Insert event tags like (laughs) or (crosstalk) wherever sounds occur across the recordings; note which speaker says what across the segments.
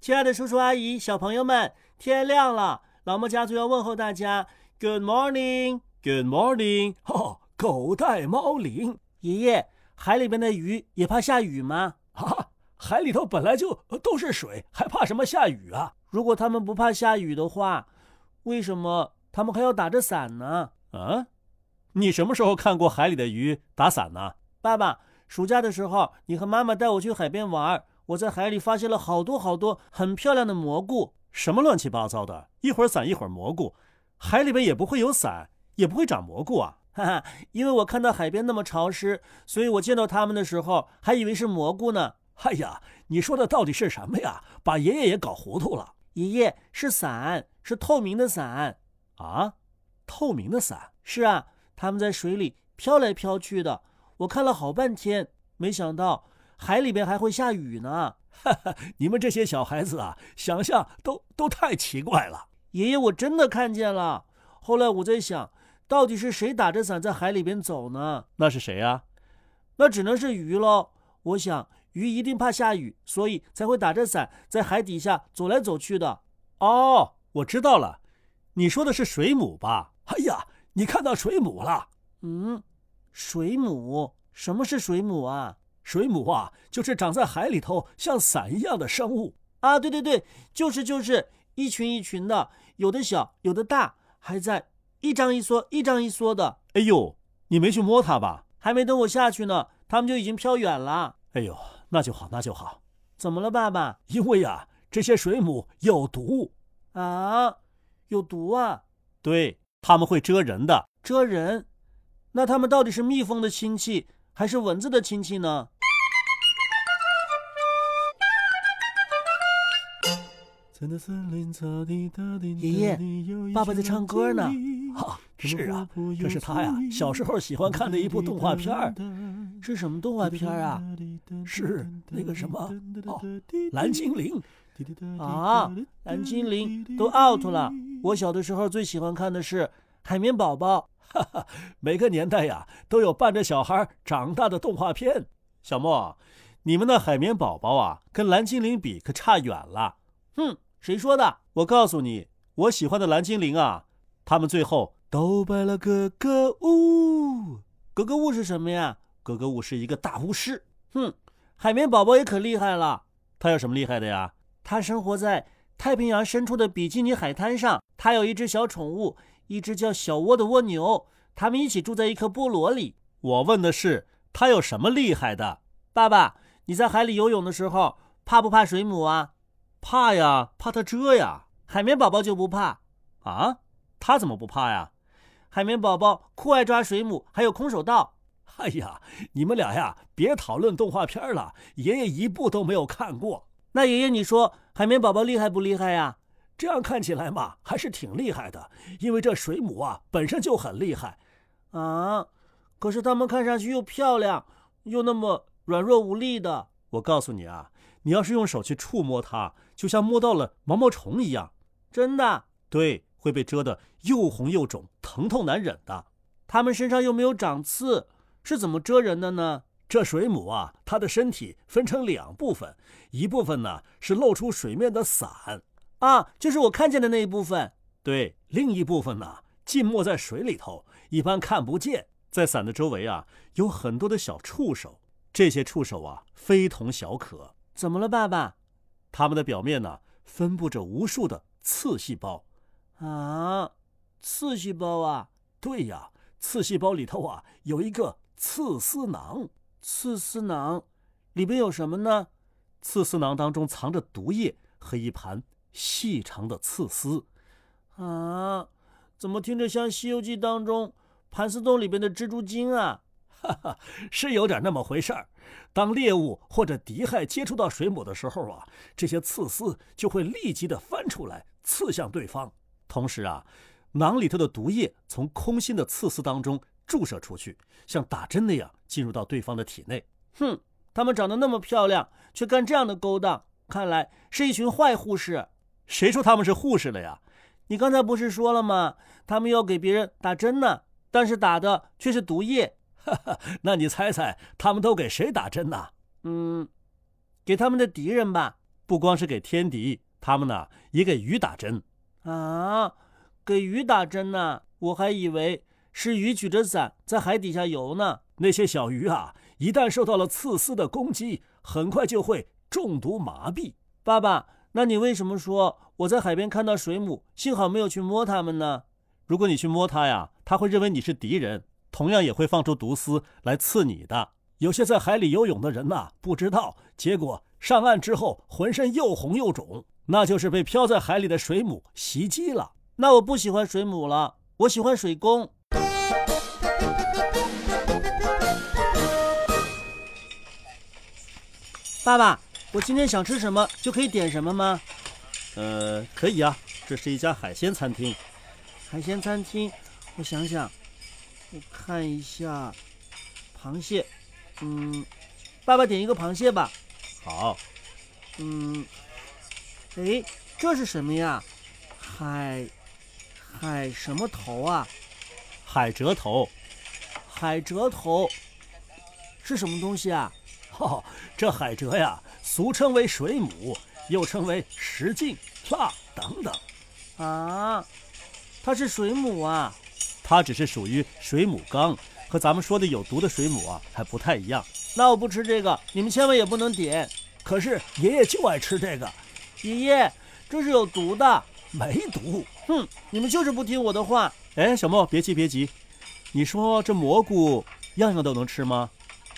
Speaker 1: 亲爱的叔叔阿姨、小朋友们，天亮了，老莫家族要问候大家，Good morning，Good morning。
Speaker 2: 哦，狗带猫铃。
Speaker 1: 爷爷，海里边的鱼也怕下雨吗？
Speaker 2: 啊，海里头本来就都是水，还怕什么下雨啊？
Speaker 1: 如果他们不怕下雨的话，为什么他们还要打着伞呢？
Speaker 3: 啊，你什么时候看过海里的鱼打伞呢？
Speaker 1: 爸爸，暑假的时候，你和妈妈带我去海边玩，我在海里发现了好多好多很漂亮的蘑菇。
Speaker 3: 什么乱七八糟的，一会儿伞一会儿蘑菇，海里边也不会有伞，也不会长蘑菇啊！
Speaker 1: (laughs) 哈哈，因为我看到海边那么潮湿，所以我见到它们的时候还以为是蘑菇呢。
Speaker 2: 哎呀，你说的到底是什么呀？把爷爷也搞糊涂了。
Speaker 1: 爷爷是伞，是透明的伞
Speaker 3: 啊！透明的伞
Speaker 1: 是啊，它们在水里飘来飘去的。我看了好半天，没想到海里边还会下雨呢。
Speaker 2: 哈哈，你们这些小孩子啊，想象都都太奇怪了。
Speaker 1: 爷爷，我真的看见了。后来我在想，到底是谁打着伞在海里边走呢？
Speaker 3: 那是谁啊？
Speaker 1: 那只能是鱼喽。我想。鱼一定怕下雨，所以才会打着伞在海底下走来走去的。
Speaker 3: 哦，我知道了，你说的是水母吧？
Speaker 2: 哎呀，你看到水母了？
Speaker 1: 嗯，水母？什么是水母啊？
Speaker 2: 水母啊，就是长在海里头像伞一样的生物
Speaker 1: 啊！对对对，就是就是，一群一群的，有的小，有的大，还在一张一缩，一张一缩的。
Speaker 3: 哎呦，你没去摸它吧？
Speaker 1: 还没等我下去呢，它们就已经飘远了。
Speaker 2: 哎呦，那就好，那就好。
Speaker 1: 怎么了，爸爸？
Speaker 2: 因为呀、啊，这些水母有毒
Speaker 1: 啊，有毒啊！
Speaker 3: 对，它们会蜇人的。
Speaker 1: 蜇人？那它们到底是蜜蜂的亲戚，还是蚊子的亲戚呢？爷爷，爸爸在唱歌呢。
Speaker 2: 啊，是啊，这是他呀，小时候喜欢看的一部动画片儿。
Speaker 1: 是什么动画片
Speaker 2: 嗯
Speaker 1: 啊？
Speaker 2: 是那个什么哦，蓝精灵
Speaker 1: 啊，蓝精灵都 out 了。我小的时候最喜欢看的是《海绵宝宝》。
Speaker 2: 哈哈，每个年代呀都有伴着小孩长大的动画片。
Speaker 3: 小莫，你们的《海绵宝宝》啊，跟蓝精灵比可差远了。
Speaker 1: 哼、嗯，谁说的？
Speaker 3: 我告诉你，我喜欢的蓝精灵啊，他们最后
Speaker 1: 都拜了格格巫。格格巫是什么呀？
Speaker 3: 格格巫是一个大巫师，
Speaker 1: 哼，海绵宝宝也可厉害了。
Speaker 3: 他有什么厉害的呀？
Speaker 1: 他生活在太平洋深处的比基尼海滩上，他有一只小宠物，一只叫小蜗的蜗牛，他们一起住在一颗菠萝里。
Speaker 3: 我问的是他有什么厉害的？
Speaker 1: 爸爸，你在海里游泳的时候怕不怕水母啊？
Speaker 3: 怕呀，怕它蛰呀。
Speaker 1: 海绵宝宝就不怕
Speaker 3: 啊？他怎么不怕呀？
Speaker 1: 海绵宝宝酷爱抓水母，还有空手道。
Speaker 2: 哎呀，你们俩呀，别讨论动画片了，爷爷一部都没有看过。
Speaker 1: 那爷爷，你说海绵宝宝厉害不厉害呀？
Speaker 2: 这样看起来嘛，还是挺厉害的，因为这水母啊本身就很厉害。
Speaker 1: 啊，可是它们看上去又漂亮，又那么软弱无力的。
Speaker 3: 我告诉你啊，你要是用手去触摸它，就像摸到了毛毛虫一样。
Speaker 1: 真的？
Speaker 3: 对，会被蛰得又红又肿，疼痛难忍的。
Speaker 1: 它们身上又没有长刺。是怎么蜇人的呢？
Speaker 2: 这水母啊，它的身体分成两部分，一部分呢是露出水面的伞，
Speaker 1: 啊，就是我看见的那一部分。
Speaker 3: 对，
Speaker 2: 另一部分呢浸没在水里头，一般看不见。
Speaker 3: 在伞的周围啊，有很多的小触手，这些触手啊非同小可。
Speaker 1: 怎么了，爸爸？
Speaker 3: 它们的表面呢分布着无数的刺细胞。
Speaker 1: 啊，刺细胞啊？
Speaker 2: 对呀，刺细胞里头啊有一个。刺丝囊，
Speaker 1: 刺丝囊里边有什么呢？
Speaker 3: 刺丝囊当中藏着毒液和一盘细长的刺丝。
Speaker 1: 啊，怎么听着像《西游记》当中盘丝洞里边的蜘蛛精啊？ (laughs)
Speaker 2: 哈哈，是有点那么回事儿。当猎物或者敌害接触到水母的时候啊，这些刺丝就会立即的翻出来，刺向对方。
Speaker 3: 同时啊，囊里头的毒液从空心的刺丝当中。注射出去，像打针那样进入到对方的体内。
Speaker 1: 哼，他们长得那么漂亮，却干这样的勾当，看来是一群坏护士。
Speaker 3: 谁说他们是护士了呀？
Speaker 1: 你刚才不是说了吗？他们要给别人打针呢，但是打的却是毒液。 (laughs)
Speaker 2: 哈哈，那你猜猜他们都给谁打针呢？
Speaker 1: 嗯，给他们的敌人吧。
Speaker 3: 不光是给天敌，它们呢也给鱼打针。
Speaker 1: 啊，给鱼打针呢、我还以为是鱼举着伞在海底下游呢。
Speaker 2: 那些小鱼啊，一旦受到了刺丝的攻击，很快就会中毒麻痹。
Speaker 1: 爸爸，那你为什么说我在海边看到水母，幸好没有去摸它们呢？
Speaker 3: 如果你去摸它呀，它会认为你是敌人，同样也会放出毒丝来刺你的。
Speaker 2: 有些在海里游泳的人呐、不知道，结果上岸之后浑身又红又肿，
Speaker 3: 那就是被漂在海里的水母袭击了。
Speaker 1: 那我不喜欢水母了，我喜欢水工。爸爸，我今天想吃什么就可以点什么吗？
Speaker 3: 呃，可以啊，这是一家海鲜餐厅。
Speaker 1: 海鲜餐厅，我想想，我看一下，螃蟹，嗯，爸爸点一个螃蟹吧，
Speaker 3: 好，
Speaker 1: 嗯，诶，这是什么呀？海，海什么头啊？
Speaker 3: 海蜇头，
Speaker 1: 海蜇头是什么东西啊？ (laughs)
Speaker 2: 哦，这海蜇呀，俗称为水母，又称为石镜、蜡等等。
Speaker 1: 啊，它是水母啊！
Speaker 3: 它只是属于水母纲，和咱们说的有毒的水母啊还不太一样。
Speaker 1: 那我不吃这个，你们千万也不能点。
Speaker 2: 可是爷爷就爱吃这个，
Speaker 1: 爷爷，这是有毒的！
Speaker 2: 没毒。
Speaker 1: 哼，你们就是不听我的话。
Speaker 3: 哎，小莫，别急别急，你说这蘑菇样样都能吃吗？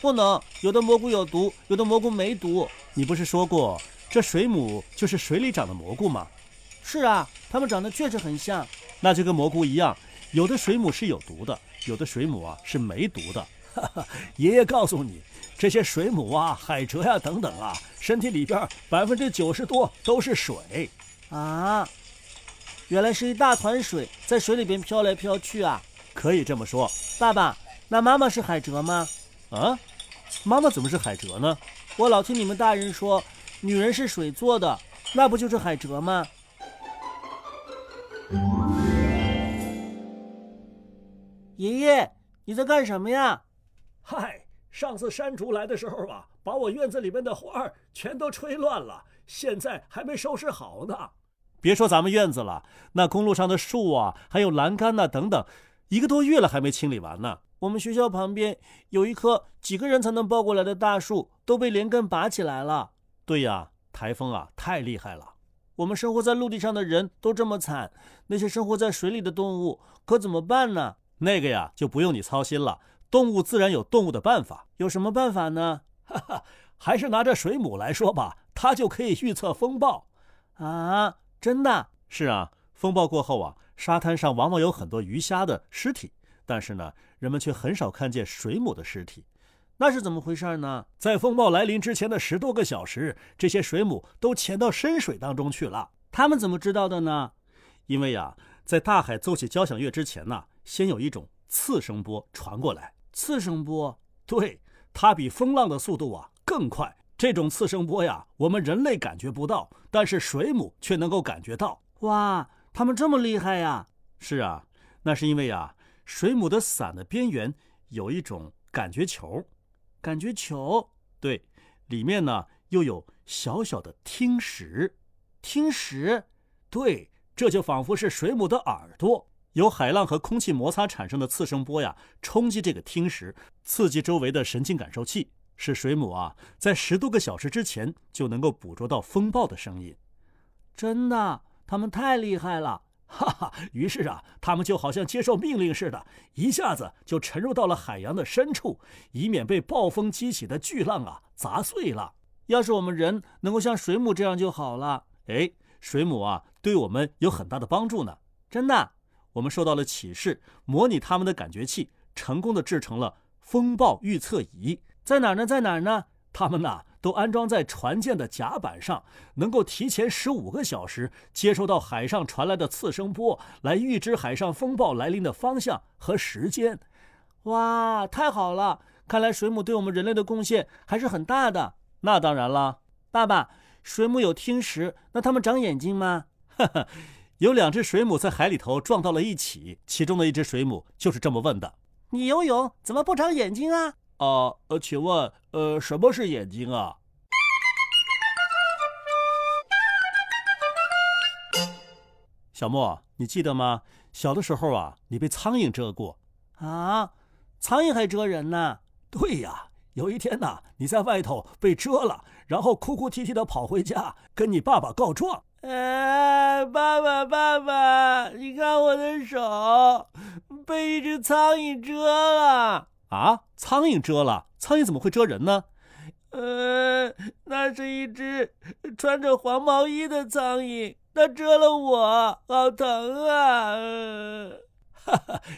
Speaker 1: 不能，有的蘑菇有毒，有的蘑菇没毒。
Speaker 3: 你不是说过这水母就是水里长的蘑菇吗？
Speaker 1: 是啊，它们长得确实很像。
Speaker 3: 那就跟蘑菇一样，有的水母是有毒的，有的水母啊是没毒
Speaker 1: (laughs)
Speaker 3: 的。
Speaker 2: 爷爷告诉你，这些水母啊、海蜇呀、等等啊，身体里边百分之九十多都是水。
Speaker 1: 啊，原来是一大团水在水里边飘来飘去啊！
Speaker 3: 可以这么说
Speaker 1: 爸爸，那妈妈是海蜇吗？
Speaker 3: 啊？妈妈怎么是海蜇呢？
Speaker 1: 我老听你们大人说，女人是水做的，那不就是海蜇吗？爷爷，你在干什么呀？
Speaker 2: 嗨，上次山竹来的时候啊，把我院子里面的花儿全都吹乱了，现在还没收拾好呢。
Speaker 3: 别说咱们院子了，那公路上的树啊，还有栏杆呐、等等，一个多月了还没清理完呢。
Speaker 1: 我们学校旁边有一棵几个人才能抱过来的大树，都被连根拔起来了。
Speaker 3: 对呀，台风啊太厉害了。
Speaker 1: 我们生活在陆地上的人都这么惨，那些生活在水里的动物可怎么办呢？
Speaker 3: 那个呀就不用你操心了，动物自然有动物的办法。
Speaker 1: 有什么办法呢？ (laughs)
Speaker 2: 还是拿这水母来说吧，它就可以预测风暴。
Speaker 1: 啊，真的？
Speaker 3: 是啊，风暴过后啊，沙滩上往往有很多鱼虾的尸体，但是呢，人们却很少看见水母的尸体。
Speaker 1: 那是怎么回事呢？
Speaker 2: 在风暴来临之前的十多个小时，这些水母都潜到深水当中去了。
Speaker 1: 他们怎么知道的呢？
Speaker 3: 因为呀、在大海奏起交响乐之前呢、先有一种次声波传过来，
Speaker 1: 次声波
Speaker 2: 对，它比风浪的速度啊更快。这种次声波呀，我们人类感觉不到，但是水母却能够感觉到。
Speaker 1: 哇，他们这么厉害呀、
Speaker 3: 是啊，那是因为啊，水母的伞的边缘有一种感觉球，
Speaker 1: 感觉球、
Speaker 3: 对，里面呢又有小小的听石，
Speaker 1: 听石，
Speaker 2: 对，这就仿佛是水母的耳朵。
Speaker 3: 由海浪和空气摩擦产生的次声波呀，冲击这个听石，刺激周围的神经感受器，使水母啊在十多个小时之前就能够捕捉到风暴的声音。
Speaker 1: 真的，他们太厉害了。
Speaker 2: 哈哈，于是啊，他们就好像接受命令似的，一下子就沉入到了海洋的深处，以免被暴风激起的巨浪啊砸碎了。
Speaker 1: 要是我们人能够像水母这样就好了，
Speaker 3: 哎，水母啊对我们有很大的帮助呢。
Speaker 1: 真的。
Speaker 3: 我们受到了启示，模拟它们的感觉器，成功的制成了风暴预测仪。
Speaker 1: 在哪儿呢？在哪儿呢？
Speaker 2: 他们呐、都安装在船舰的甲板上，能够提前十五个小时接收到海上传来的次声波，来预知海上风暴来临的方向和时间。
Speaker 1: 哇，太好了！看来水母对我们人类的贡献还是很大的。
Speaker 3: 那当然啦，
Speaker 1: 爸爸，水母有听识，那它们长眼睛吗？
Speaker 3: 有两只水母在海里头撞到了一起，其中的一只水母就是这么问的。
Speaker 1: 你游泳怎么不长眼睛啊？
Speaker 2: 啊，呃，请问，呃，什么是眼睛啊？
Speaker 3: 小莫，你记得吗？小的时候啊，你被苍蝇蛰过。
Speaker 1: 啊，苍蝇还蛰人呢？
Speaker 2: 对呀，有一天呐、你在外头被蛰了，然后哭哭啼啼的跑回家，跟你爸爸告状。
Speaker 1: 哎，爸爸，爸爸，你看我的手被一只苍蝇蛰了。
Speaker 3: 啊，苍蝇蛰了，苍蝇怎么会蛰人呢？
Speaker 1: 呃，那是一只穿着黄毛衣的苍蝇，它蛰了我，好疼啊！呃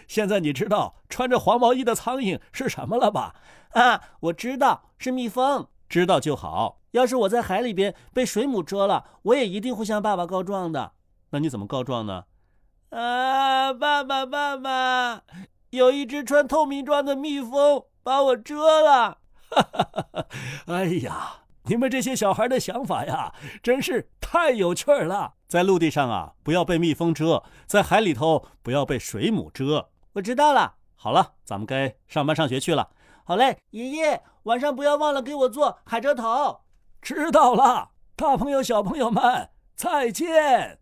Speaker 2: 现在你知道穿着黄毛衣的苍蝇是什么了吧？
Speaker 1: 啊，我知道是蜜蜂。
Speaker 3: 知道就好。
Speaker 1: 要是我在海里边被水母蛰了，我也一定会向爸爸告状的。
Speaker 3: 那你怎么告状呢？
Speaker 1: 啊，爸爸，爸爸，有一只穿透明装的蜜蜂把我蛰了。 (laughs)
Speaker 2: 哎呀，你们这些小孩的想法呀，真是太有趣儿了。
Speaker 3: 在陆地上啊，不要被蜜蜂蛰；在海里头，不要被水母蛰。
Speaker 1: 我知道了。
Speaker 3: 好了，咱们该上班上学去了。
Speaker 1: 好嘞，爷爷，晚上不要忘了给我做海蜇头。
Speaker 2: 知道了，大朋友小朋友们，再见。